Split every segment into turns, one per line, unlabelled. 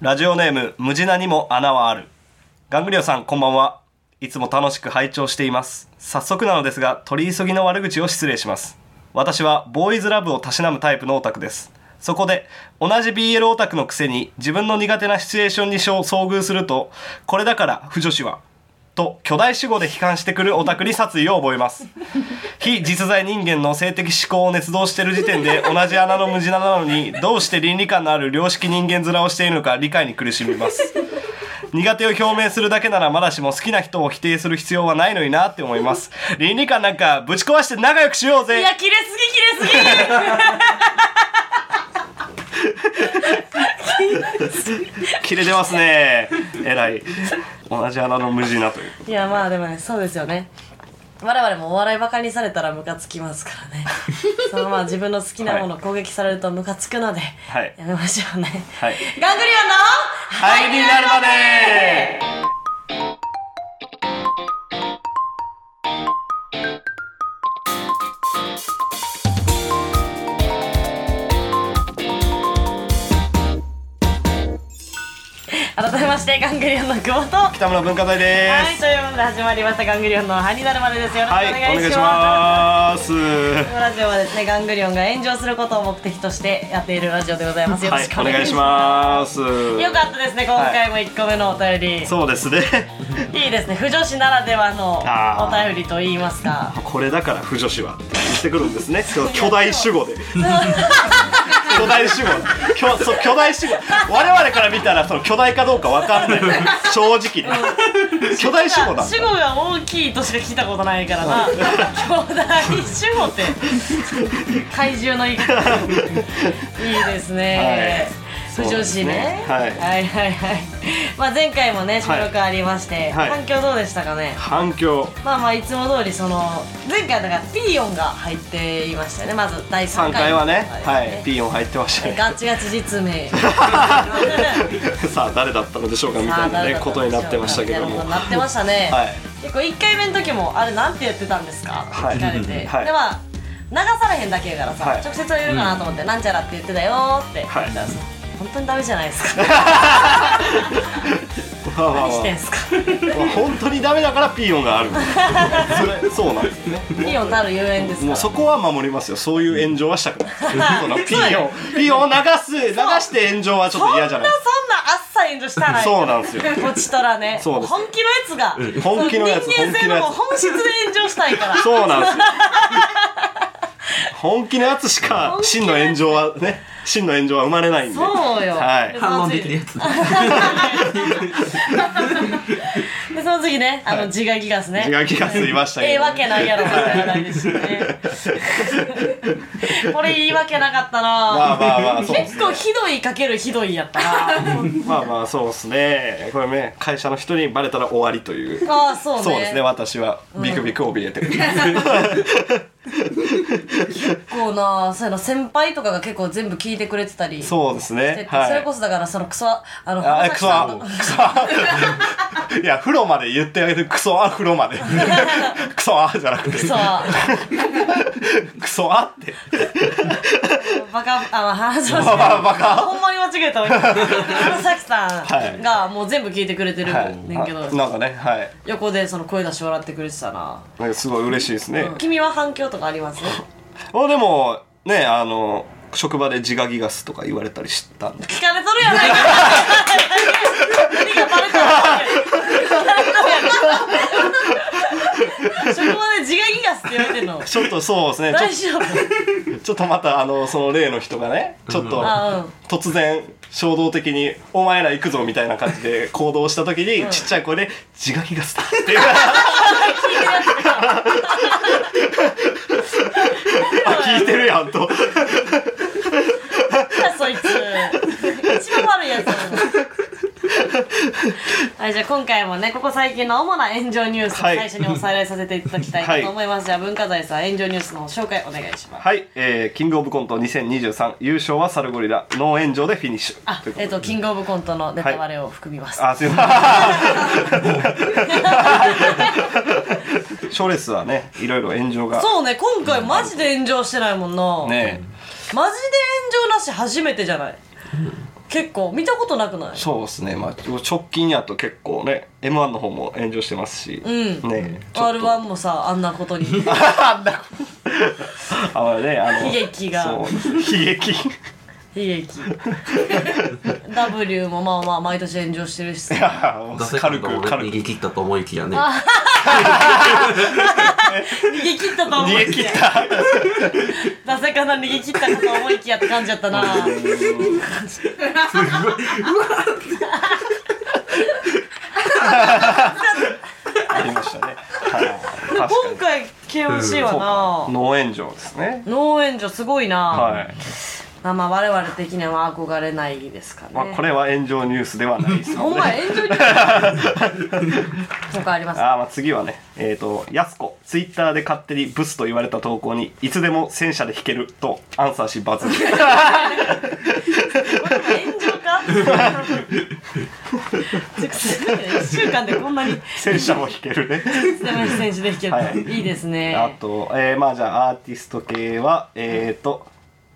ラジオネーム無地なにも穴はあるガングリオさんこんばんはいつも楽しく拝聴しています早速なのですが取り急ぎの悪口を失礼します私はボーイズラブをたしなむタイプのオタクですそこで同じ BL オタクのくせに自分の苦手なシチュエーションに遭遇するとこれだから不女子はと巨大主語で批判してくるオタクに殺意を覚え ます非実在人間の性的思考を捏造している時点で同じ穴の無地なのにどうして倫理観のある良識人間面をしているのか理解に苦しみます苦手を表明するだけならまだしも好きな人を否定する必要はないのになって思います倫理観なんかぶち壊して仲良くしよう
い
ぜ
や切れすぎ切れすぎ
切れてますねえらい同じ穴の無地なという
いやまあでもねそうですよね我々もお笑いバカにされたらムカつきますから ねそのまあ自分の好きなものを攻撃されるとムカつくので、
はい
やめましょうね、
はい
ガングリオンの
灰になるまで
改めましてガングリオンの久保とは
北村文化財で
いということで始まりましたガングリオンの「ハになるまで」ですよろ
す
しくお
はい、
願い
お願い
し
し
ます
ます
このラジオはですねガングリオンが炎上することを目的としてやっているラジオでございますよろ
は
し
い
く、お
お
願
願
い
い
し
し
ま
ます
すよかったですね今回も1個目のお便り、
そうですね
いいですね不女子ならではの
あー
お便りと言いますか
これだから不女子はって言ってくるんですねそう巨大主 語で巨大主語巨そう巨大主語我々から見たらその巨大かどうかわかんない正直に巨大主語なん
主
だ
語が大きいとしか聞いたことないからな巨大主語って怪獣の言い方いいですね、
は
不
い
女
そう
子ね
ですね
はい、はいはいはいまあ前回もね収
はい
録ありまして、
はい
反響どうでしたかね
反響
まあまあいつも通りその前回だからピーヨンが入っていましたよねまず第3
3
回
回はねはい
ピ
ピン音入ってましたね
ガチガチ実 名
さあ誰だったのでしょうかみたいなねことになってましたけども
なってましたね、
はい
結構1回目の時もあれなんて言ってたんですか、
はい
聞かれて、
はい
でまあ流されへんだけやからさ、
はい
直接は言うかなと思って、なんちゃらって言ってたよーって、
はい
言ったらさ本当にダメじゃないですか
まあまあ
何
ま
し
あ
てん すか
本当にダメだからピーヨンがあ るんだそれそうなんですね
ピーヨンたるゆえんですか
もう
ら
そこは守りますよそういう炎上はしたくないそのピーヨンピーヨンを流す流して炎上はちょっと嫌じゃない
そんなそんなあっさりとしたら
そうなんですよ
こちとらね
そうです
本気のやつが、
本気のやつ
人間性のもう本質で炎上したいから
そうなんですよ本気のやつしか真の炎上はね真の炎上は生まれないんで
そうよ、
はい
反論できるやつ
でその次ねあの自我ギガスね
自我気がついましたけど
ええわけないやろみたいな感じでしたねこれ言い訳なかったな
まあまあまあそうです
結構ひどいかけるひどいやったな
まあまあそうですねこれね会社の人にバレたら終わりという
ああそうね
そうですね私はビクビク怯えてる、
結構なそうやな先輩とかが結構全部聞いてくれてたりして
そうですね
て
はい
それこそだからそのクソあの
あ、
浜
ク
崎
ソ
さ
ア
ん
ー
と
ム。クソアーム。いや、風呂まで言ってあげて、クソアー風呂 まで。クソアーじゃなくて、
そう
クソアーって。
バカあまあそう
バカバカ
ほんまに間違えたわ浜崎さ
は
ん
い
がもう全部聞いてくれてるねんけど、
はい。なんかね、はい。
横でその声出して笑ってくれてたな
なんかすごい嬉しいですね。
君は反響とかあります
あ、でも、ね、あの、職場で自我ギガスとか言われたりしたんで。
聞かれとるやないか何がバレたのそこまで自我ギガスって言われてんの
ちょっとそうですね、ちょ
大丈夫
ちょっとまたあのその例の人がねちょっと
あ
突然衝動的に「お前ら行くぞ」みたいな感じで行動した時に、ちっちゃい声で「自我気がスタ」っていうあ聞いてるやんと
なんだそいつ一番悪いやつだもんはいじゃあ今回もねここ最近の主な炎上ニュースを
はい
最初におさらいさせていただきたいなと思います、じゃあ文化財さん炎上ニュースの方紹介お願いします
はい、えーキングオブコント2023優勝はサルゴリラノー炎上でフィニッシュ
あ
というこ
えっ、
と
と
で
キングオブコントのネタバレを含みます、
あすいま せん賞レースはねいろいろ炎上が
そうね今回マジで炎上してないもんな、
ね
マジで炎上なし初めてじゃない結構見たことなくない
そうですねまあ直近やと結構ね m 1の方も炎上してますし、
うん
ねちょっ
r
と
1もさあんなこと に
あんなあのねあの
悲劇が
そう悲 劇
悲劇 W もまあまあ毎年炎上してるしさ
出せ
軽
軽
く
く
軽
逃
く
げ切ったと思いきやね
逃げ切ったと思
逃げ
い
切っ
きや
た
なぜかな逃げ切ったかと思いきやって感じやったな
ありましたねはい確
今
かに
回 KOC
そう
は
か
な
脳炎上ですね
脳炎上すごいな、
はい
まあまあ我々的には憧れないですかね、
まあこれは炎上ニュースではないです
ほ
よ
ん
ね
ま炎上に 他あります
あーまあ次はねえっ、とやす子ツイッターで勝手にブスと言われた投稿にいつでも戦車で弾けるとアンサーしバズる
炎上かすごいね一週間でこんなに
戦車も弾けるね
狭い選手できてる、
はい
い、いですね
あと、えーまあじゃあアーティスト系はえっ、と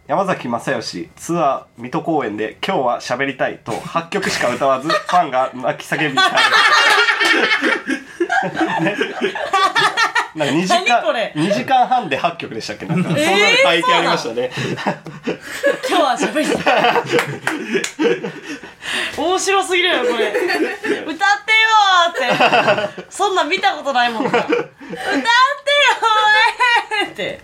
山崎正義ツアー水戸公演で「今日は喋りたい」と8曲しか歌 わずファンが泣き叫びたいなんか2時間
何これ
2時間半で8曲でしたっけなんか、そんなの書いてありましたね
今日は喋りたい面白すぎるよこれ歌ってよーってそんなん見たことないもんな歌ってよーって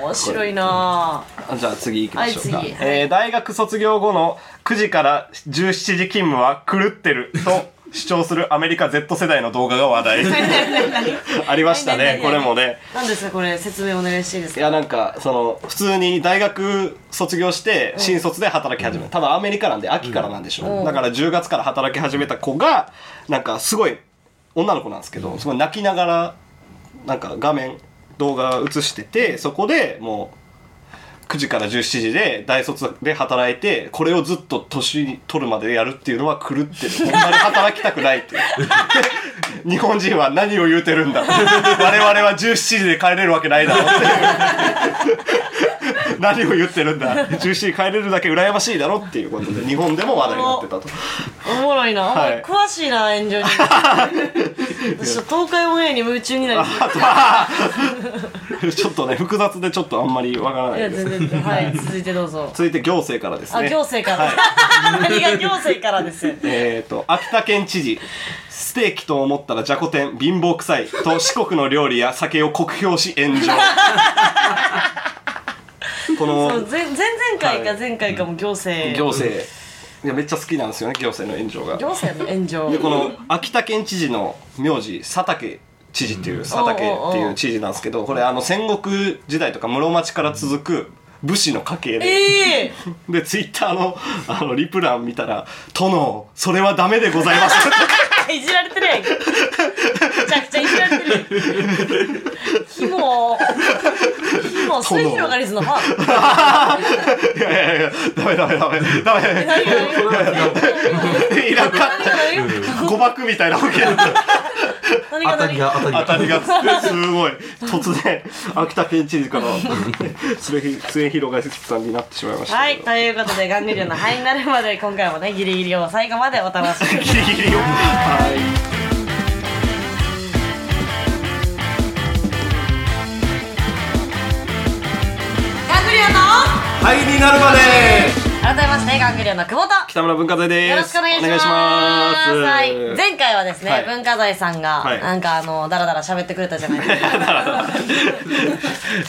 面白いなぁ
じゃあ次行きましょうか、
はい次
えー大学卒業後の9時から17時勤務は狂ってると主張するアメリカ Z 世代の動画が話題 ありましたねこれもね
何ですかこれ説明お願いしていいです
い
か
やなんかその普通に大学卒業して新卒で働き始めた、だアメリカなんで秋からなんでしょう、
うん
だから10月から働き始めた子がなんかすごい女の子なんですけどすごい泣きながらなんか画面動画映しててそこでもう9時から17時で大卒で働いてこれをずっと年取るまでやるっていうのは狂ってるほんまに働きたくないっていう日本人は何を言うて るんだ我々は17時で帰れるわけないだろうって何を言ってるんだ中止に帰れるだけ羨ましいだろっていうことで日本でも話題になってたと
おもろいな、
はい
お前詳しいな炎上 に私東海オンエアに夢中になりそう
ちょっとね複雑でちょっとあんまりわからないい
や
です
全然はい続いてど うぞ
続いて行政からです
あ
ね
行政から、 何が行政から です
えー、と秋田県知事ステーキと思ったらじゃこ天貧乏臭いと四国の料理や酒を酷評し炎 上こ
そ
の
う前前々回
は
か
い
前回かも行政、
行政いやめっちゃ好きなんですよね行政の炎上が
行政の炎上
でこの秋田県知事の名字佐竹知事っていう佐竹っていう知事なんですけどこれあの戦国時代とか室町から続く武士の家系で、
ええ
でツイッターのあのリプラン見たら「殿それはダメでござい ます」
いじられてるやんめちゃくちゃいじられてるやんひもひも末広がりずのファン
いやいやいやダメダメダメダ
え何が何が何が
メいらんかっ
何が何が
た誤爆みたいなわけ
何
当
が
た
何
り
が
が当た
当
りが
たりがつってすごい突然秋田県知事 から末広がりさんになってしまいました
は
け
い、
ど
ということで、ガングリオンの灰になるまで、今回もね、ギリギリを最後までお楽しみに。
ギリギリよはい
ガングリオンの
はい、になるまで
改めまして、ガングリオンの久保と
北村文化財です
よろしくお願いします。
お
は
願い
い
します、
前回はですね、
はい
文化財さんが、
はい
なんかあの、だらだら喋ってくれたじゃないですか。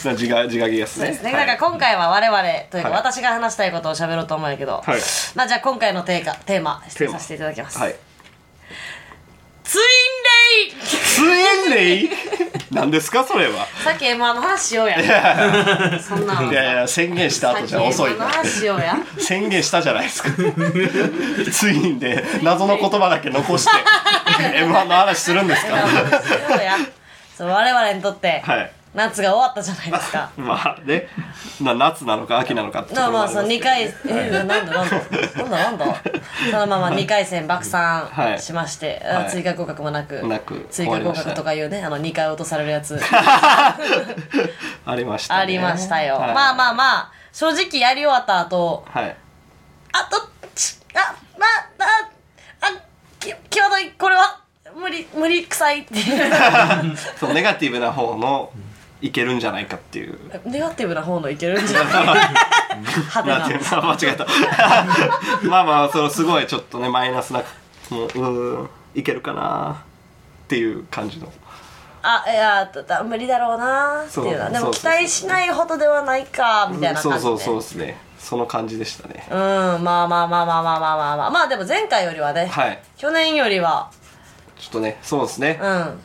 その自画自画ギアス
そう
ね
ですね、
は
だ
い
から今回は我々というか、
はい
私が話したいことを喋ろうと思うんやけど、
はい
まあじゃあ今回のテーマ、テーマ、失
テー
礼
マ
させていただきます。
はい
ツインレイ
ツインレイ何ですかそれは
さっき M1 の話しようや。そんなの。
いやいや宣言した
さ
後
っき
じゃ遅
M1
い
の
な
話しよ うや。
宣言したじゃないですかツインで謎の言葉だけ残して M1 の話するんですか
そうや。そう我々にとって、
はい。
夏が終わったじゃないですか
まあねな夏なのか秋なのかってとこ
まあ
ろも
ま
ありま
あその
すけど
2回、えーなんだなんだなんだなんだそのまま2回戦爆散
はい
しまして、
はい
あ追加合格もなく
なく
追加合格とかいうねあの2回落とされる やつ
ありましたね
ありましたよ、
はい
まあまあまあ正直やり終わった後
はい
あとちあななあき際どいこれは無理無理臭いって いう
そうネガティブな方のいけるんじゃないかっていう
ネガティブな方のいけるんじゃない 派手
なん
な
ていうの間違えた まあまあそのすごいちょっとねマイナスなもううーんいけるかなっていう感じの
あいやだだ無理だろうなっていう
そ
の
う
はで
そ
も
う
期
そう
待しないほどではないかみたいな感じで、
そうそうそうですねその感じでしたね
うんまあまあまあまあまあまあまあまあまあでも前回よりはね、
はい
去年よりは
ちょっとねそうですね
う、ん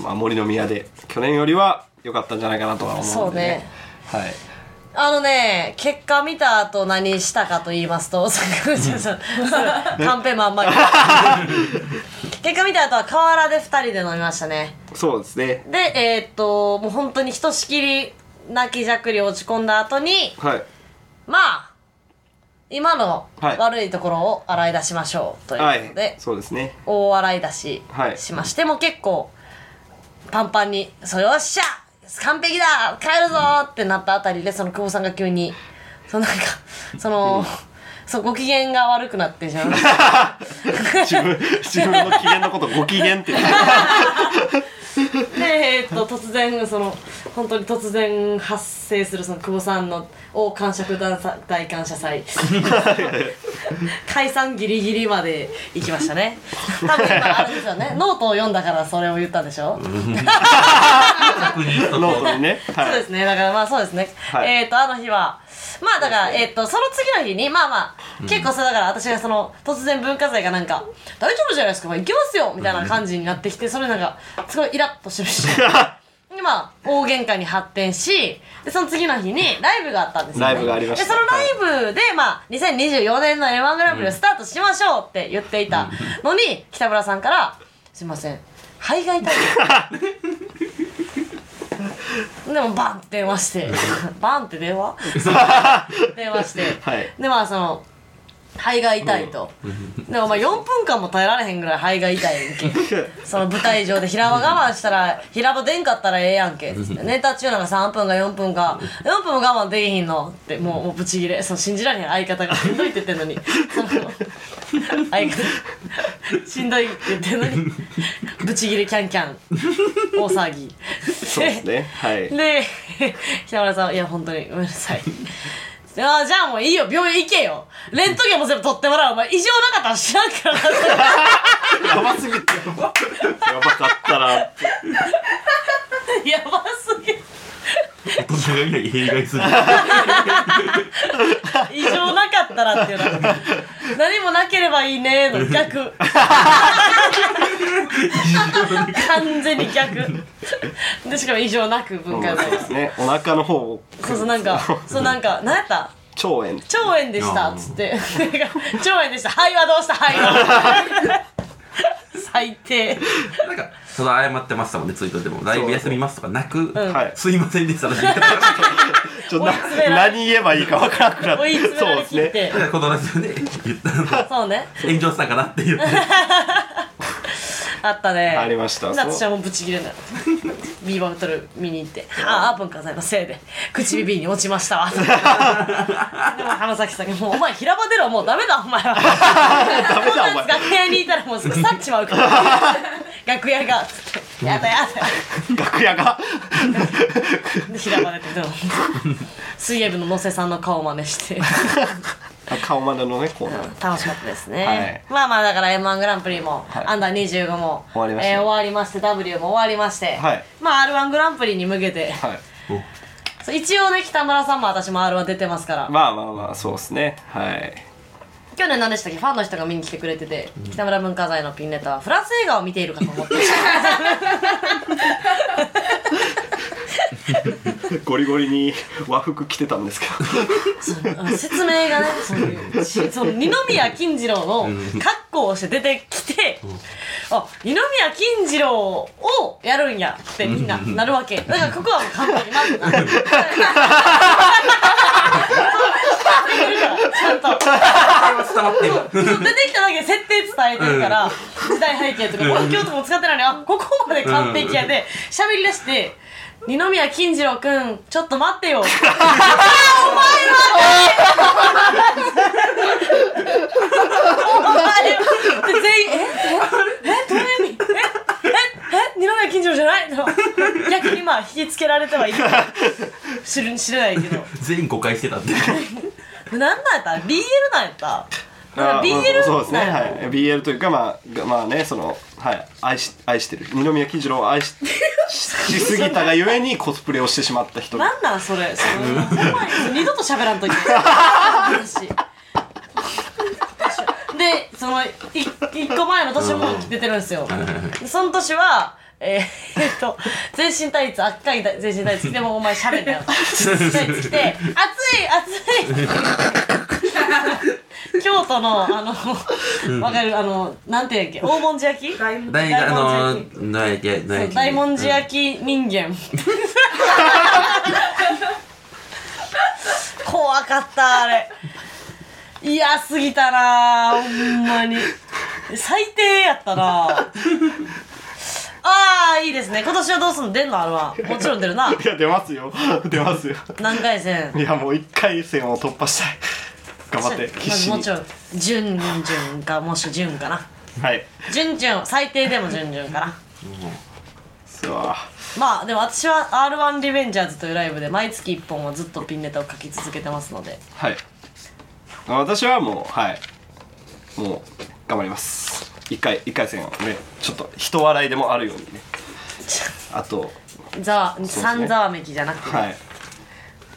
まあ、森の宮で去年よりは良かったんじゃないかなとは思うんで、ね、はい
あのね結果見た後何したかと言いますとカンペまんまに 結果見た後は河原で2人で飲みましたね
そうですね
でえーっともう本当にひとしきり泣きじゃくり落ち込んだ後に
はい
まあ今の
はい
悪いところを洗い出しましょうと
は
いうことで、
いそうですね
大洗い出し
はい
しまして、もう結構パンパンに「そうよっしゃ完璧だ帰るぞ!」ってなったあたりでその久保さんが急にそのなんかその、そうご機嫌が悪くなってしまいました
自分自分の機嫌のことご機嫌って言う
でえーっと突然その本当に突然発生するその久保さんの大感触大さ大感謝祭解散ギリギリまで行きましたね多分今あれですよねノートを読んだからそれを言ったんでしょ、
確認と
ノートにね
そう
は
で
い
すね。だからまあそうですね。
はい
えっ、と、あの日は。まあだから、えっ、と、その次の日に、まあまあ、結構それだから私がその、突然文化財がなんか、大丈夫じゃないですか、まあ、行きますよみたいな感じになってきて、それなんか、すごいイラッとしてるし。でまあ、大喧嘩に発展し、で、その次の日にライブがあったんですよ、ね。
ライブがありました
で、そのライブで、まあ、2024年の M1 グランプリをスタートしましょうって言っていたのに、北村さんから、すいません、肺が 痛いですでもバンって電話してバンって電話電話して、
はい
でまあその肺が痛いと、でもまあ4分間も耐えられへんぐらい肺が痛いんけその舞台上で平場我慢したら平場出んかったらええやんけつってネタ中なんか3分か4分か4分も我慢できひんのってもうもうブチギレその信じられへん相方がしんどいって言ってんのにその相方がしんどいって言ってんのにブチギレキャンキャン大騒ぎ
そうですねはい
で北村さん「いや本当にごめんなさい」あーじゃあもういいよ病院行けよレントゲンも全部取ってもらうお前異常なかったら知らんから
や
な
ばすぎてやばかったなって
やばすぎる
大人がいない弊害する
異常なかったらっていうのは何もなければいいねの逆完全に逆でしかも異常なく文化
そう
財
ですねお腹の方を
そうそうなんかそうなんか何やった
腸炎
腸炎でしたっつって「腸炎でした肺はどうした肺は」最低
なんかただ謝ってましたもんねツイートでもライブ休みますとかなく、
はい
すいませんでしたの言い方
ちょ
追い
な
詰められ
何言えばいいか分からなくなって
追い詰められき
そう
っ
ですね
て
このラジオで言ったの
そうね
炎上したかなっ て言って
あったね
ありました
夏ちゃんもブチギ レなビーバートル見に行ってああアープン火災のせいで口ビビに落ちました わでも浜崎さんが「もうお前平場出ろもうダメだお前 は」
ダメだ
こんな
お
や
前
つ楽屋にいたらもうすぐ去っちまうから 楽屋がつってやだやだ
楽屋が
で平場出てでも水泳部の野瀬さんの顔真似して
あ顔までのねコーナー
楽しかったですね、
はい
まあまあだから m 1グランプリも、
い
アンダー2 5も
終わりました
えー終わりまして W も終わりまして、
はい
まあ r 1グランプリに向けて、
はい
そう一応ね北村さんも私も r 1出てますから、
まあまあまあそうですねはい
去年何でしたっけファンの人が見に来てくれてて、北村文化財のピンネタはフランス映画を見ているかと思って
ゴリゴリに和服着てたんですけ
あの説明がねそういうしその二宮金次郎の格好をして出てきて、あ二宮金次郎をやるんやってみんななるわけだからここはもう完璧なんだ出てくる からちゃんと
伝わって
出てきただけで設定伝えてるから、時代背景とか音響とかも使ってないのにあここまで完璧やで喋り出して「二宮金次郎くん ちょっと待ってよ」あーお前はお前で全員えええどういう意味えええ二宮金城じゃないの逆にまあ引きつけられてはいる知る知れないけど
全員誤解してたって。
なんなんやった BL なんやったな
あ
んか
ー
BL
まあそうですね、
なんや
は
った
い、BL というかまあがまあねそのはい愛し愛してる二宮金次郎を愛 しししすぎたがゆえにコスプレをしてしまった人
なんなんそれそのほんまに二度と喋らんといて私でそのい一個前の年も出てるんですよでその年はえーえっと全身タイツ赤い全身タイツ着てもうお前喋んなよ全身タイツ着て暑い暑い京都のあのわかるあのなんていうんやっけ大文字焼き
大門
大
大
あ
文
のー、何やっけ、何やっけ。
大文字焼き人間 怖かったあれ嫌すぎたなほんまに最低やったなああいいですね今年はどうすんの出んのあれはもちろん出るない
や出ますよ 出ますよ
何回戦
いやもう一回戦を突破した い頑張って
ま
必死
ずも
に
ちろん準々かもしく準かな
はい
準々最低でも準々かな
そうわ
まあでも私は r 1リベンジャーズというライブで毎月1本はずっとピンネタを書き続けてますので
はい私はもうはいもう頑張ります一回一回戦をねちょっと人笑いでもあるようにねあと
ざ
すね
さんざわめきじゃなくて、
はい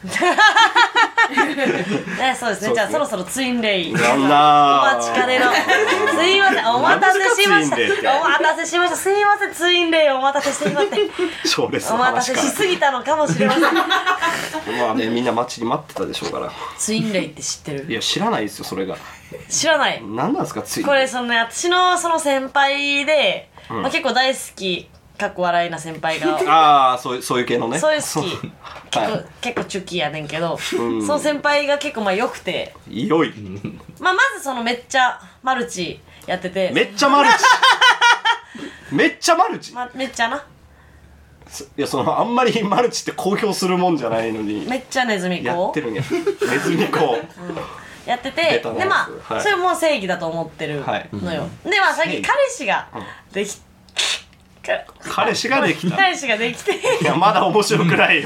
ね、そうですね
そうですね
じゃあそろそろツインレイ
やん
お
なー
待ちかねのすいませんお待たせしました
何ですかツインレイって
お待たせしましたすいませんツインレイお待たせしていません
賞レースの
お待た
話
せ
か
しすぎたのかもしれません
らまあねみんな待ちに待ってたでしょうから
ツインレイって知って
い
る
や知らないですよそれが
知らない
何なんですかつい
これそのね私のその先輩で、
ん
まあ、結構大好きかっこ笑いな先輩が
ああそういうそういう系のね
そういう好き
そう
結
は
構結構チュキやねんけど、
うん
その先輩が結構まあ良くて、
い良い
まあ、まずそのめっちゃマルチやってて
めっちゃマルチめっちゃマルチ
ま、めっちゃない
やそのあんまりマルチって公表するもんじゃないのに
めっちゃネズミ
や
子
ってるんやネズミ子
やって
ベ
て
タな
でまあ
や、つはい
それも正義だと思ってる
はい
のよ、でまあ最
正
近
義
彼氏ができ、か
彼氏ができた
彼氏ができて
いやまだ面白くない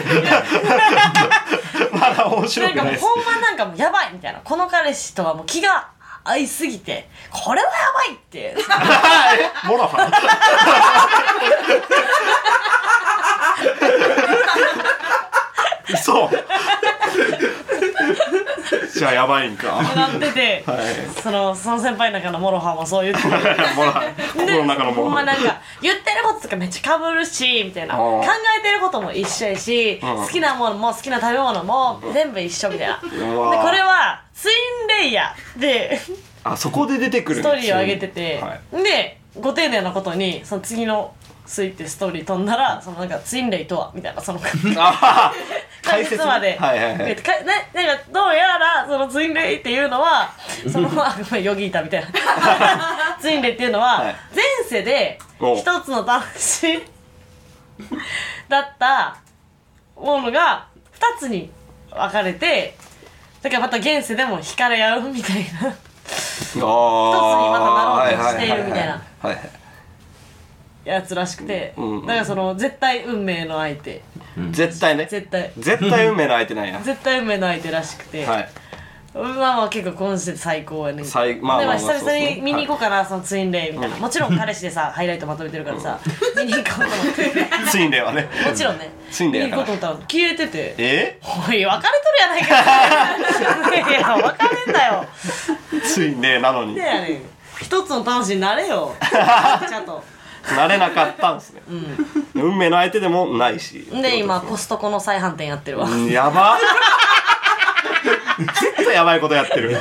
まだ面白
なん
くな
かも
いうです
ほんまなんかもうやばいみたいなこの彼氏とはもう気が合いすぎてこれはやばいって
はいモラファン嘘じゃあやばいんか は
なってて、
い
そのその先輩の中のモロハもそう言ってて。
モラファン心の中の
ほ
モ
ん
ラ
ま
ファ
なんか言ってることとかめっちゃ被るしみたいな
あー
考えてることも一緒やし好きなものも好きな食べ物も全部一緒みたいなでこれ
わー
はツインレイヤ ーで
ンあそこで出てくる
ストーリーを上げてて
はい
でご丁寧なことにその次のスイってストーリー飛んだらそのなんかツインレイとはみたいなその
あ
解説まで、
はいはいはい
えか ね、なんかどうやらそのツインレイっていうのはその あごめんヨギータみたい なツインレイっていうのは、
はい
前世で
お
一つの男子 だったものが二つに分かれてだからまた現世でも惹かれ合うみたい
あー
な
は
一つ
い
にまたなろうと
はい
しているみたいな
はいはい
やつらしくて、
うんうん
だからその絶対運命の相手
絶対ね
絶対
絶対運命の相手なんや
絶対運命の相手らしくて、
はい
まあまあ結構今週最高やねん
最まあまあまあ
でも久
そう
々
です
に
ね
見に行こうかな、そのツインレイみたいな、もちろん彼氏でさハイライトまとめてるか らさ、見に行こうと思って
ツインレイはね
もちろんね
ツインレイや
見
から
に行こうと思ったら消えてて
え
おい別れとるやないかいや別れんだよ
ツインレイなのに
ねやねん一つの楽しになれよちゃんと
なれなかったんですね運命の相手でもないし
で今コストコの再販店やってるわ
うんやば絶対やばいことやってる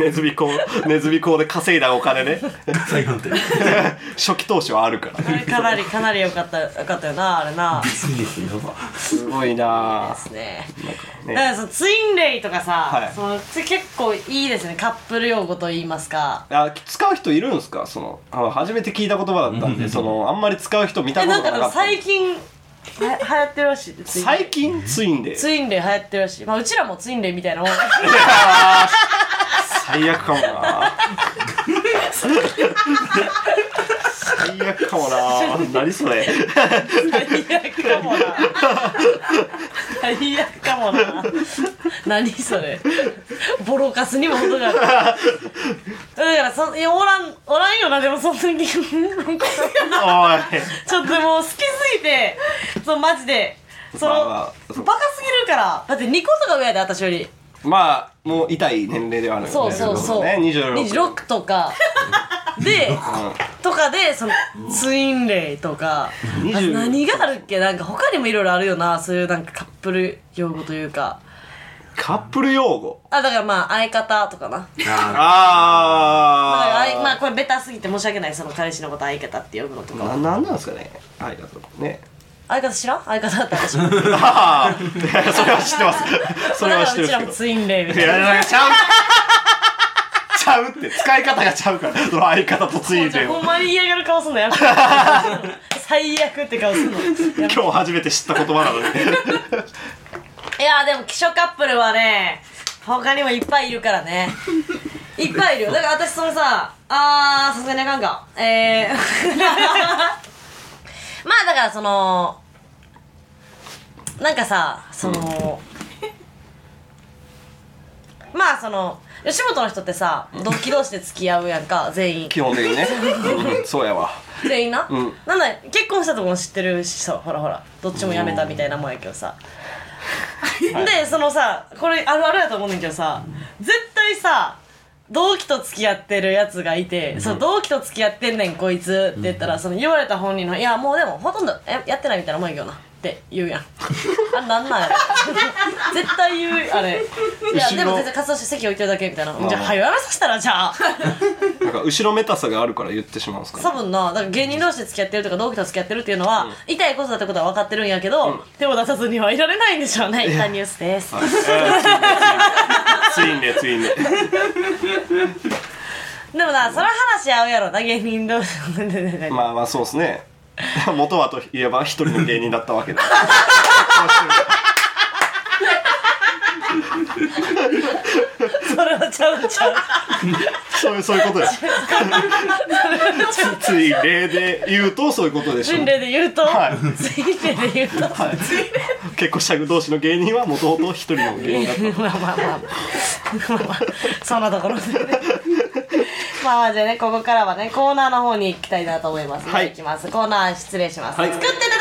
ネズミ講ネズミ講で稼いだお金ね
最後って。
初期投資はあるから
あれかなりかなり良かった良かったよなあれな
ついですね、やば。
すごいな
ですね
ぁ
だ
ね
からそのツインレイとかさ、
はい
そのつ結構いいですねカップル用語と言いますか
あ使う人いるんですかそのあ初めて聞いた言葉だったんでそのあんまり使う人見た
え
こと
なん
が
か
な
で
か
も
った
最近は流行ってるらしいツインレイ
最近ツインで
ツインレイ流行ってるらしい、まあ、うちらもツインレイみたいなもん
最悪かもな最悪かもな何それ
最悪かもな最悪かもな何それボロカスにも程があるだからそいやおらんおらんよなでもそんなに
おい
ちょっともう好きすぎてそうマジでその、
まあまあそう
バカすぎるからだって2個とか上やで私より
まあもう痛い年齢ではあるよね
そうそうそう、
ね26
26とかで
うん
とかでそのツインレイとかあ
20
何があるっけなんか他にもいろいろあるよなそういうなんかカップル用語というか
カップル用語
あだからまあ相方とかな
あ
だから
あ
あい
ー
まあこれベタすぎて申し訳ないその彼氏のこと相方って呼ぶのとか
ななんなんですかねはいだと ね
相方知らん相方だったらしい
ああそれは知ってます それは知って
だから
るん
うちらも
です
ツインレイみ
けど
た
い
い
や
な
なんかちゃうちゃうって使い方がちゃうからその相方とツインレイ
ほ
を
んまに嫌がる顔すんの やめて最悪って顔すんの
今日初めて知った言葉なのに
いやーでも希少カップルはね他にもいっぱいいるからねいっぱいいるよだから私そのさあーさすがにあかんかえー まあだからそのなんかさその、まあその吉本の人ってさ同期同士で付き合うやんか全員
基本的 にねうんそうやわ
全員な、
うん
なんだ結婚したとこも知ってるしさほらほらどっちも辞めたみたいなもんやけどさ、でそのさこれあるあるやと思うねんけどさ絶対さ同期と付き合ってるやつがいて、そう同期と付き合ってんねんこいつって言ったら、その言われた本人の「いやもうでもほとんどえやってないみたいなもんやけどな」って言うやんあれなんなんやろ絶対言うあれいや
後ろ
でも全然活動して席置いてるだけみたいな
あ
じゃあ早やめさせたらじゃあ
なんか後ろめたさがあるから言ってしまうんですか
多
ね
分なだから芸人同士で付き合ってるとか同期と付き合ってるっていうのは、痛いことだってことは分かってるんやけど、手を出さずにはいられないんでしょうね一旦ニュースです、
はいツインレイツインレイツインレイ
でもなそれは話し合うやろな芸人同士
まあまあそうですね 元はといえば一人の芸人だったわけだ
それはちゃう ちゃう
そういうそういうことです つい例で言うとそういうことでしょ
人
う
類で言うと、
はい
人類で言うと
はい結婚した同士の芸人はもともと一人の芸人だった
まあまあまあまあまあまあそんなところでまあまあじゃあねここからはねコーナーの方に行きたいなと思います、
はい
いきますコーナー失礼します、
はい
作ってたとこ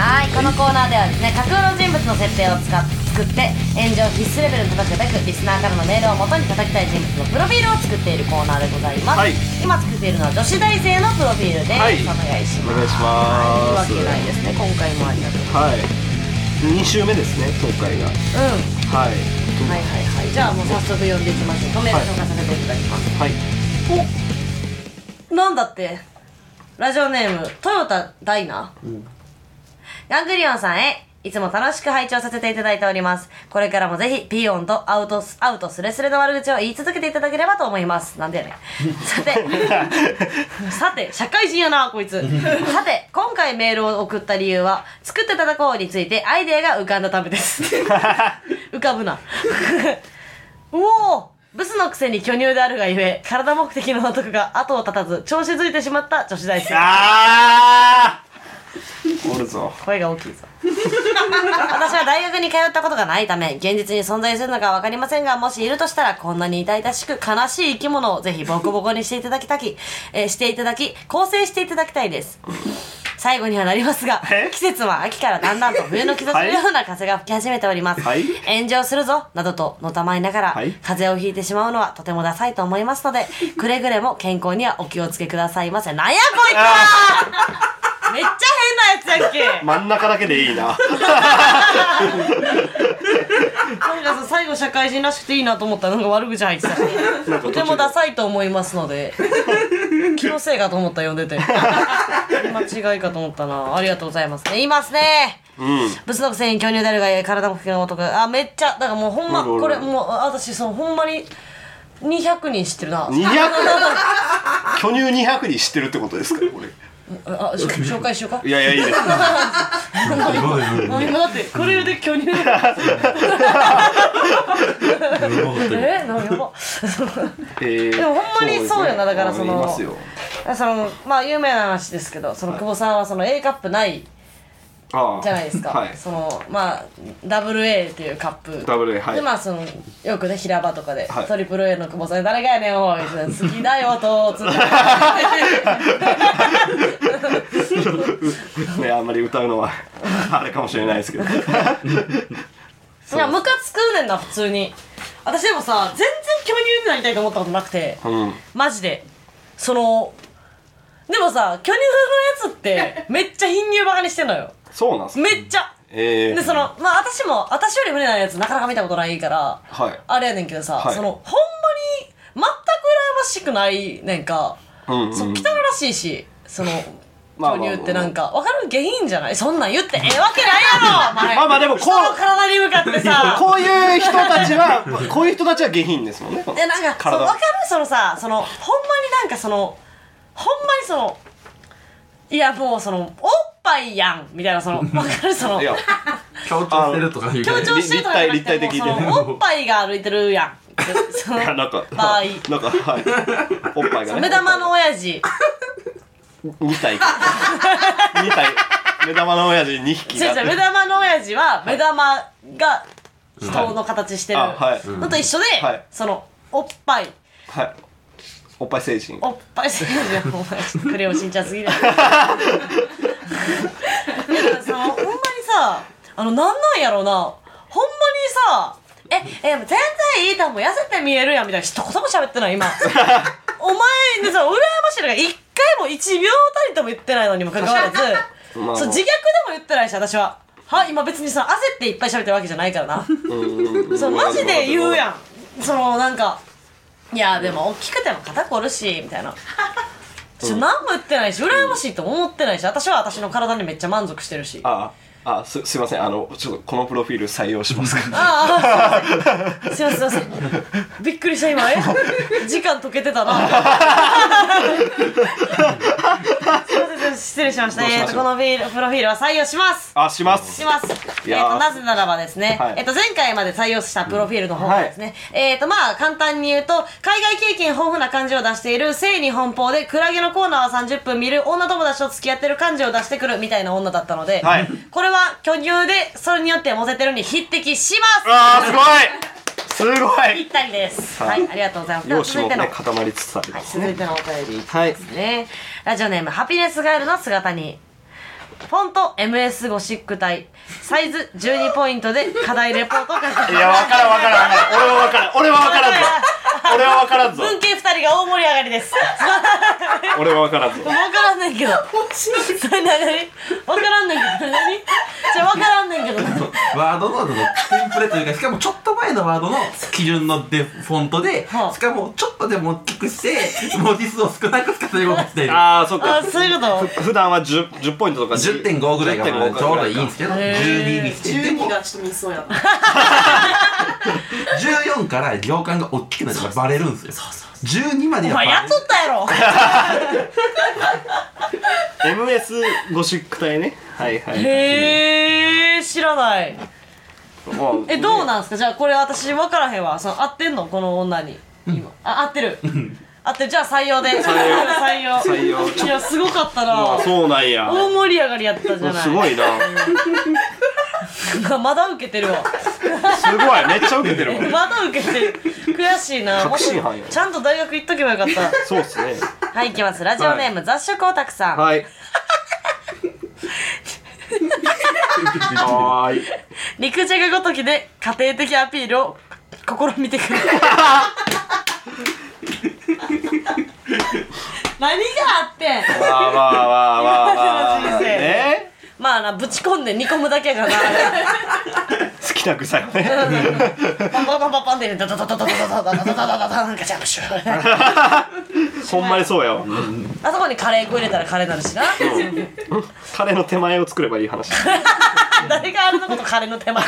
はいこのコーナーではですね架空の人物の設定を使っ作って炎上必須レベルに叩くべくリスナーからのメールを元に叩きたい人物のプロフィールを作っているコーナーでございます、
はい
今作っているのは女子大生のプロフィールです、
はい
お願いし
お願いし
ますという
ま
わ
す
けないですね今回もありがとう
はい2週目ですね東海が
うん
はい
はいはいはいじゃあもう早速読んでいきましょうごめん
はい
紹介させていただきます、
はい
なんだってラジオネームトヨタダイナ、ガングリオンさんへいつも楽しく拝聴させていただいておりますこれからもぜひピーヨンとアウトスアウトスレスレの悪口を言い続けていただければと思いますなんで やねんさてさて社会人やなこいつさて今回メールを送った理由は作っていただこうについてアイデアが浮かんだためです浮かぶなうおーブスのくせに巨乳であるがゆえ体目的の男が後を絶たず調子づいてしまった女子大生
あーおるぞ
声が大きいぞ 私は大学に通ったことがないため現実に存在するのか分かりませんがもしいるとしたらこんなに痛々しく悲しい生き物をぜひボコボコにしていただきたき、えーしていただき構成していただきたいです最後にはなりますが
え
季節は秋からだんだんと冬の兆しのような風が吹き始めております、
はい
炎上するぞなどとのたまりながら、
はい
風邪をひいてしまうのはとてもダサいと思います のでくれぐれも健康にはお気をつけくださいませなんやこいつは めっちゃ変なやつやっけ
真ん中だけでいいな
なんかさ最後社会人らしくていいなと思ったらなんか悪口入ってた
なんか
と
途中で
てもダサいと思います ので気のせいかと思った読んでて間違いかと思ったなありがとうございますねいますね
うん
ブスのくせに巨乳だるがええ体も不器の男あめっちゃだからもうほんま
おるおる
これもう私そのほんまに200人知ってるな
200巨乳200人知ってるってことですからこれ
あし紹介しようか
いやいやいいです
あ今だってこれで巨乳えなんやば
えー
でもほんまにそうよなだからその
思いますよ
そのまあ有名な話ですけどその久保さんはその A カップない
ああ
じゃないですか、
はい
そのまあ WA っていうカップ
WA はい
でまあそのよくね平場とかで、
はい
トリプル A の久保さんに誰がやねんおい」みたいな好きだよ と」つって
ねあんまり歌うのは あれかもしれないですけど
いやムカつくねんな普通に私でもさ全然巨乳になりたいと思ったことなくて、
うん
マジでそのでもさ巨乳のやつってめっちゃ貧乳バカにしてんのよ
そうなんすか
めっちゃ
ええ
でそのまあ私も私より胸のないやつなかなか見たことないから、
はい
あれやねんけどさ、
はい
そのほんまに全く羨ましくないねんか、
うんうん
そう汚らしいしその
まあまあ
巨乳ってなんかわかる下品じゃないそんなん言ってええわけないやろお 前
まあまあでもこう
人の体に向かってさ
こういう人たちはこういう人たちは下品ですもんね
でなんかそ
体
う分
は
かるそのさそのほんまになんかそのほんまにそのいやもうそのおっぱいやんみたいなその分かるその
いや
強調してるとかいう
強調してるとかじゃなくて
立体立体的で
もう
ね
そのおっぱいが歩いて るやんってその
なんか
場合
なんかはいおっぱいがね
目玉の親父
2体 2体目玉の親父2匹
違う違う目玉の親父は目玉が人の形してる
あはい、
のと一緒で、
はい
そのおっぱい
はいおっぱい成人
おっぱいせいじゃんお前クレヨンしんちゃんすぎるそのほんまにさあのなんなんやろうなほんまにさええ全然いいと思う痩せて見えるやんみたいな一言も喋ってない今お前ねさ羨ましいのが一回も一秒たりとも言ってないのにもかかわらずそう
まあ
自虐でも言ってないし私はは今別にさ焦っていっぱい喋ってるわけじゃないからなそうマジで言うやんそのなんかいやでも大きくても肩こるしみたいなちょ何も言ってないし羨ましいとも思ってないし私は私の体にめっちゃ満足してるしあ
あああすすいませんあのちょっとこのプロフィール採用しますか
ああすいませんすいませんすいませんびっくりした今え時間溶けて たなすいませんすいません失礼しました
どうしましょう
えっ、とこのフィールプロフィールは採用します
あします
します。
い
えっ、
やー
と、なぜならばですね、
はい
えっ、と、前回まで採用したプロフィールの方がですね、えっ、と、まあ、簡単に言うと、海外経験豊富な漢字を出している、性に奔放で、クラゲのコーナーは30分見る、女友達と付き合ってる漢字を出してくるみたいな女だったので、
はい
これは巨乳で、それによってモテてるに匹敵しま
あーすごいすご
すぴっ
い
たりです。
は
はいい、ありがとうございます。では
容
続
姿も
いての、
ね固まりつつあり
は
ま
い、
す
続いてのお便り
はい
ですね。ラジオネーム、ハピネスガエルの姿に。フォント MS ゴシック体。サイズ12ポイントで課題レポートを書き
いやわからんわからんわからん俺はわからん俺はわからんぞ俺はわからんぞ
文系二人が大盛り上がりです。
俺はわからんぞ
わからんねんけど。それ何わからんねんけど。何じゃあわからんねんけど。
ワードのそのテンプレというかしかもちょっと前のワードの基準のデフォントで、
はあ
しかもちょっとでも大きくして文字数を少なく使って動かしている
ああそっ
あ、
か
そう いうこと
ふ普段は 10, 10ポイントとか
10.5ぐらいがまあ
10.5
ちょうどいいんですけど
へー
12にしてで
12
も
がちょっとミスそうや な
14から行間が大きくなってバレるんですよ12まで
お
や
前や
っぱ
っとったやろ
MS ゴシック体ねはいはい
へー、知らない。
も
え、どうなんすかじゃあこれ私分からへんわ。その、合ってんのこの女に。今。あ、合ってる。合ってる。じゃあ採用で。採
用
採用。
採用
いや、すごかったな
あ。そうなんや
大盛り上がりやったじゃない。
すごいな
な。まだ受けてるわ。
すごいめっちゃ受けてるもん
まだ受けてる。悔しいな。
確信犯や
ちゃんと大学行っとけばよかった。
そうっすね
はい、行きます。ラジオネーム、雑食オタクさん。
はいはーい
陸じゃがごときで家庭的アピールを試みて くる。何があってん
わーわーわーわーわ
今までの
ー
人生
ね
まあな、ぶち込んで煮込むだけが
好
な、
きな具材をね
パンパンパンパンパンって、ダダダダダダダダダダダダダダなんかジャンプシュー。
ほんまにそうやわ
あそこにカレー粉入れたらカレーになるしな。
カレーの手前を作ればいい話
誰があれのことカレーの手前。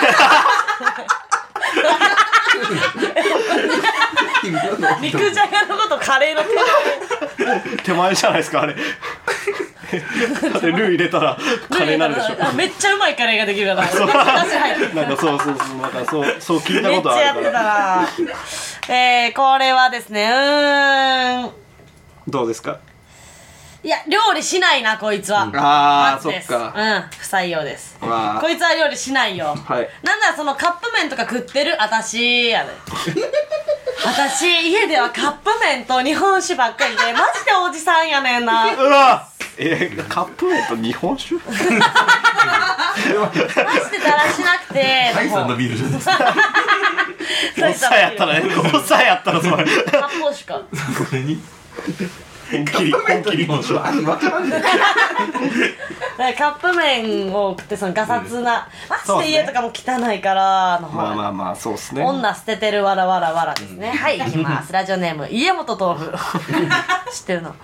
肉じゃがのことカレーの手前。
手前じゃないですかあれでルー入れたらカレーになるでしょ
あめっちゃうまいカレーができるから出汁入ってる
なんかそうそうそうなんかそうそう聞いた
め
こと
っちゃ
あ
やっ
る
て
か
た
ら
なえー、これはですねうーん
どうですか
いや料理しないなこいつは、
あー
罰です
そっ
う
か
ん不採用です
わあ
こいつは料理しないよ
はい
なんならそのカップ麺とか食ってる私やで私家ではカップ麺と日本酒ばっかりでマジでおじさんやねんなマ
うわえーカップ麺と日本酒
ジでだらしなくて
第三のビールじゃないですか
おっさんやったらねおっさんやったらそれ
発泡酒か
これに
本気に本気 に日本酒
あわからんね
だからカップ麺を食ってそのガサツな、
そう
マ
ですね
ジで家とかも汚いからの方が
まあまあまあそうですね
女捨ててるわらわらわらですね、はい行きますラジオネーム家元豆腐 知ってるの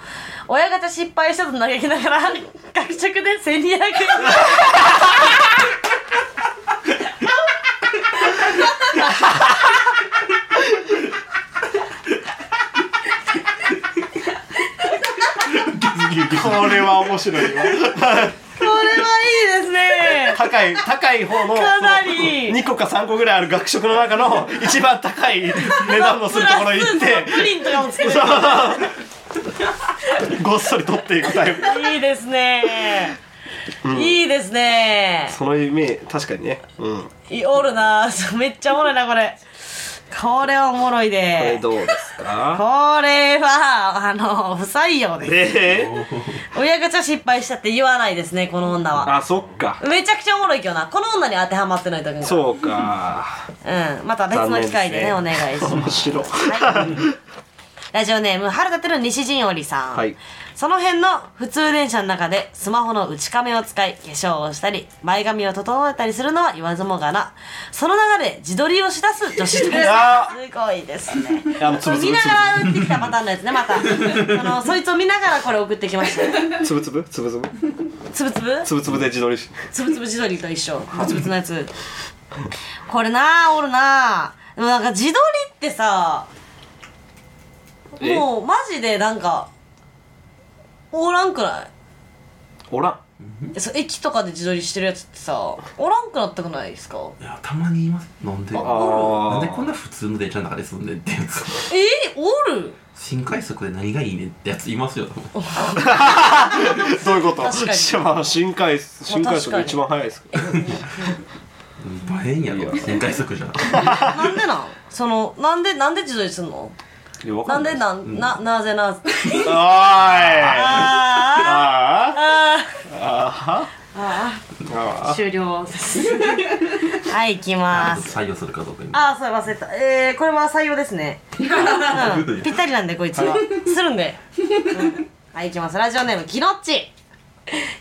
親ガチャ失敗したと嘆きながら学食で1200円
これは面白いわ
これはいいです ね
高い高い方の
かなり
2個か3個ぐらいある学食の中の一番高い値段のするところに行っ
プラス
て
プリンとかもつけて
ごっそり取っていくタイプ
るいいですね、いいですね
その夢確かにねうんこ
いおるなめっちゃおもろいなこれこれはおもろいで
どうですか
これはあの不採用です
ええ
親ガチャ失敗したって言わないですねこの女は
あそっか
めちゃくちゃおもろいけどなこの女に当てはまってないときう、
そうか
うん、また別の機会でねお
残
願
念
いします
面白い
ラジオネーム春立てる西陣織さん、
はい
その辺の普通電車の中でスマホの内カメを使い化粧をしたり前髪を整えたりするのは言わずもがなその流れ自撮りをしだす女子大
や
生すごいですね
あのつ
そ
ぶ
れ
つぶ
見ながら打ってきたパターンのやつねまたあのそいつを見ながらこれ送ってきました
つぶつぶつぶつぶ
つぶつぶ
つぶつぶで自撮りし
つぶつぶ自撮りと一緒ぶつぶつのやつこれなあおるなあでもなんか自撮りってさ
え
もうマジでなんかおらんくない
おらん
えそう駅とかで自撮りしてるやつってさおらんくなったくないですか
いやたまに言います飲んで
あ
なんでこん
ー
な普通の電車の中で住んでんってやつ
えおる
新快速で何がいいねってやついますよ多分
どういうこと
確かに
しまあ新快新快速
まあ確か
が
に
一番早いですか
バレんやろ新快速じゃん
なんでなんそのなんでなんで自撮りすんの
いやわ
な
か
んで
な
なん、ななぜなぜ
おーいあ
あ
あ
ーあ
あ
ー終了です はい行きます
採用するかどうかに
ああそう忘れたえー、これは採用ですね、うん、ぴったりなんでこいつはするんで、うんはいいきますラジオネームキノッチ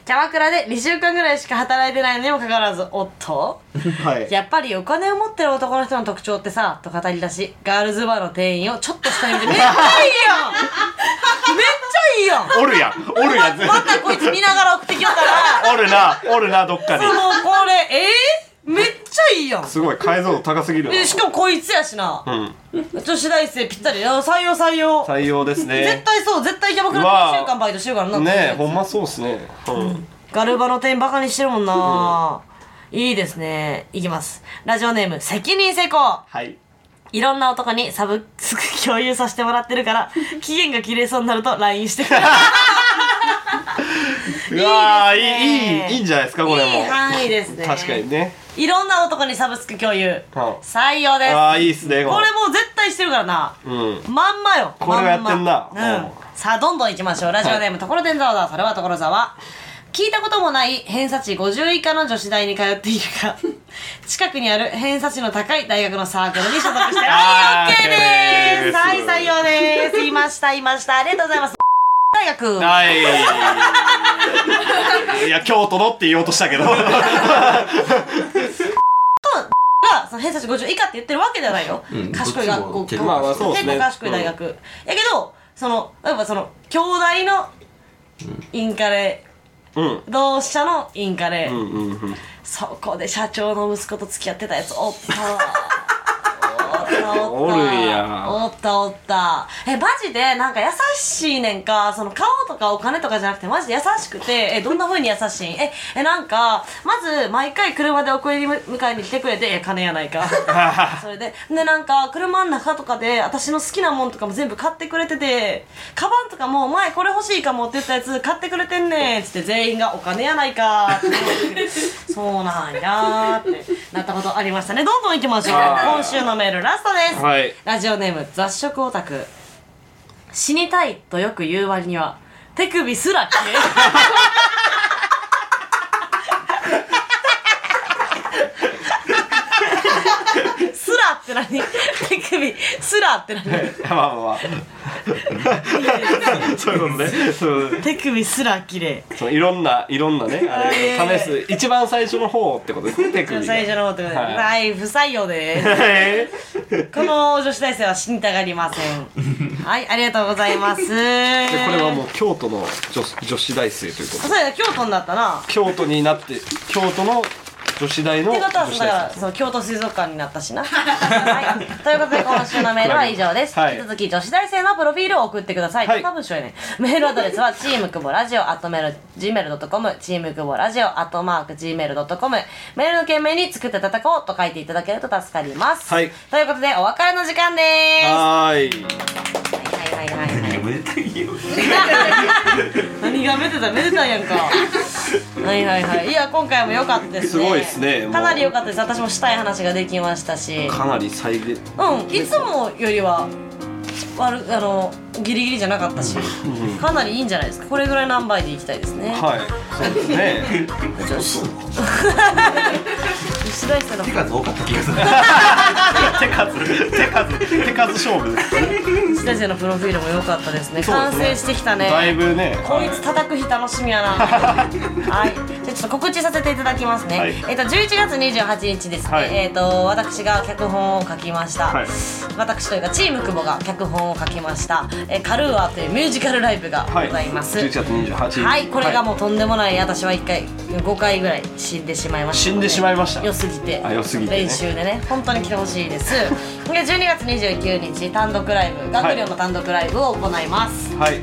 キャバクラで2週間ぐらいしか働いてないのにもかかわらずおっと
ーはい
やっぱりお金を持ってる男の人の特徴ってさと語り出しガールズバーの店員をちょっと下に見てめっちゃいいやんめっちゃいいやん
おるやんおるやん
またこいつ見ながら送ってきよったら
おるなおるなどっかに
もうこれえー、めっちゃいいやん
すごい解像度高すぎるな
でしかもこいつやしな、
うん
女子大生ぴったりあ採用採用
採用です
絶
ね
対そう絶対キャバクラで
うわ
2週間バイトしてるからな
ねえほんまそうっすねうん
ガルバの店バカにしてるもんな、いいですねいきますラジオネーム責任成功
はい
いろんな男にサブ スク共有させてもらってるから期限が切れそうになると LINE してくる
うわーい
ね
いいいいいんじゃないですか これ
いい
も
範囲ですね
確かにね
いろんな男にサブスク共有
うん
採用です
ああいいっすね
こ
こ
れもう絶対してるからな
れうん
まんまよ
これはやってんな
まんま
うん
うんさあどんどん行きましょうラジオネーム、ところてんざわざわそれはところざわ聞いたこともない偏差値50以下の女子大に通っているが 近くにある偏差値の高い大学のサークルに所属してるは
あー
い OK でーす
オッ
は
ケーです
い採用でーすいましたいましたありがとうございます大学
はいいや京都のって言おうとしたけど
がその偏差値50以下って言ってるわけじゃないよ、
うん
賢い学
こ
校
っち
結
も
構
まあまあ
そうですね
賢い大学、やけどそのやっぱその兄弟のインカレ
うん
同志社のインカレ、
うんうんうん
そこで社長の息子と付き合ってたやつおったわおったった
おるんや
おったおったえマジでなんか優しいねんかその顔とかお金とかじゃなくてマジで優しくてえどんな風に優しいんええなんかまず毎回車で送り迎えに来てくれてえ金やないか それででなんか車の中とかで私の好きなもんとかも全部買ってくれててカバンとかも「お前これ欲しいかも」って言ったやつ買ってくれてんねんっつって全員が「お金やないか」って言っ てそうなんやーってなったことありましたねどんどん行きましょう今週のメールラストです、
はい
ラジオネーム雑食オタク死にたいとよく言う割には手首すら消えるすらって何手首すらって何
まあまあまあそういうことねそう
手首すら綺麗
そのいろんないろんなねあ
あいえいえ
れ試す一番最初の方ってことですね手首が
最初の方ってことで、
はい
はい、不採用でー
え
すこの女子大生は死にたがりませんはいありがとうございますこ
ーでこれは
れ
もう京都の女子女子大生ということ
そうや京都になったな
京都になって京都の女子大の
って
女
ことは
子
だか
大
ら
生
そう京都水族館になったし な、はい、ということで今週のメールは以上です、
はい
引き続き女子大生のプロフィールを送ってください、
はい
多分しょやねメールアドレスはチームくぼラジオアットメール Gmail.com チームくぼラジオアットマーク Gmail.com メールの件名に作って叩こうと書いていただけると助かります、
はい
ということでお別れの時間で
はーい
すはいはいはいはい、はい
めでたいよ
何がめでためでたいやん かはいはいはいいや今回も良かったですね
すごいっすねもう
かなり良かったです私もしたい話ができましたし
かなり再現
うんいつもよりは悪あのギリギリじゃなかったしかなりいいんじゃないですかこれぐらい何倍でいきたいですね
はいそうですね
石田 一生の
手数多かった気 がする
手数手数手数勝負ですね
石田一生のプロフィールも良かったですね
そうで
完
すね
成してきたね
だいぶね
こいつ叩く日楽し みやなはいじゃあちょっと告知させていただきますね、
はい
えっ、と11月28日ですね、
はい
えっ、と私が脚本を書きました、
はい
私というかチーム久保が脚本を書きました「えーカルーア」というミュージカルライブが
は
ございます、
11月28日
はい、これがもうとんでもない、私は1回、5回ぐらい死んでしまいましたの
死
で。
んでしまいました
良すぎて。
あ良すぎてね
練習でね、本当に来てほしいです。で、12月29日、単独ライブ、学寮の単独ライブを行います。
はいはい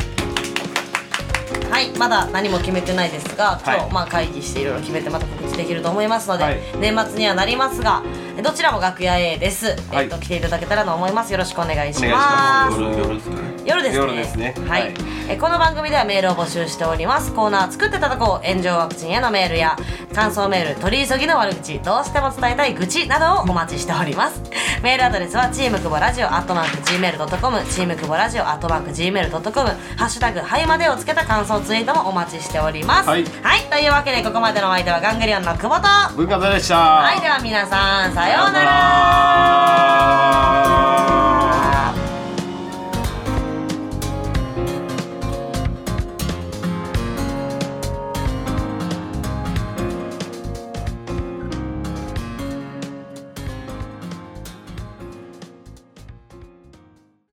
はい、まだ何も決めてないですが、今日、
はい
まあ会議していろいろ決めてまた告知できると思いますので、
はい
年末にはなりますが、どちらも楽屋 A です。
はい
えっと、来ていただけたらと思います。よろしくお願いし
お願いしま
ますす。
夜夜ですかね
夜ですね
夜ですね
はい、
はい
えーこの番組ではメールを募集しておりますコーナー作ってたとこ炎上ワクチンへのメールや感想メール取り急ぎの悪口どうしても伝えたい愚痴などをお待ちしておりますメールアドレスはチームくぼラジオアットマーク Gmail.com チームくぼラジオアットマーク Gmail.com ハッシュタグハイまでをつけた感想ツイートもお待ちしております
はい
というわけでここまでのお相手はガングリオンの久保と
文化財でした
はいでは皆さんさよ
さよう
うなら
なら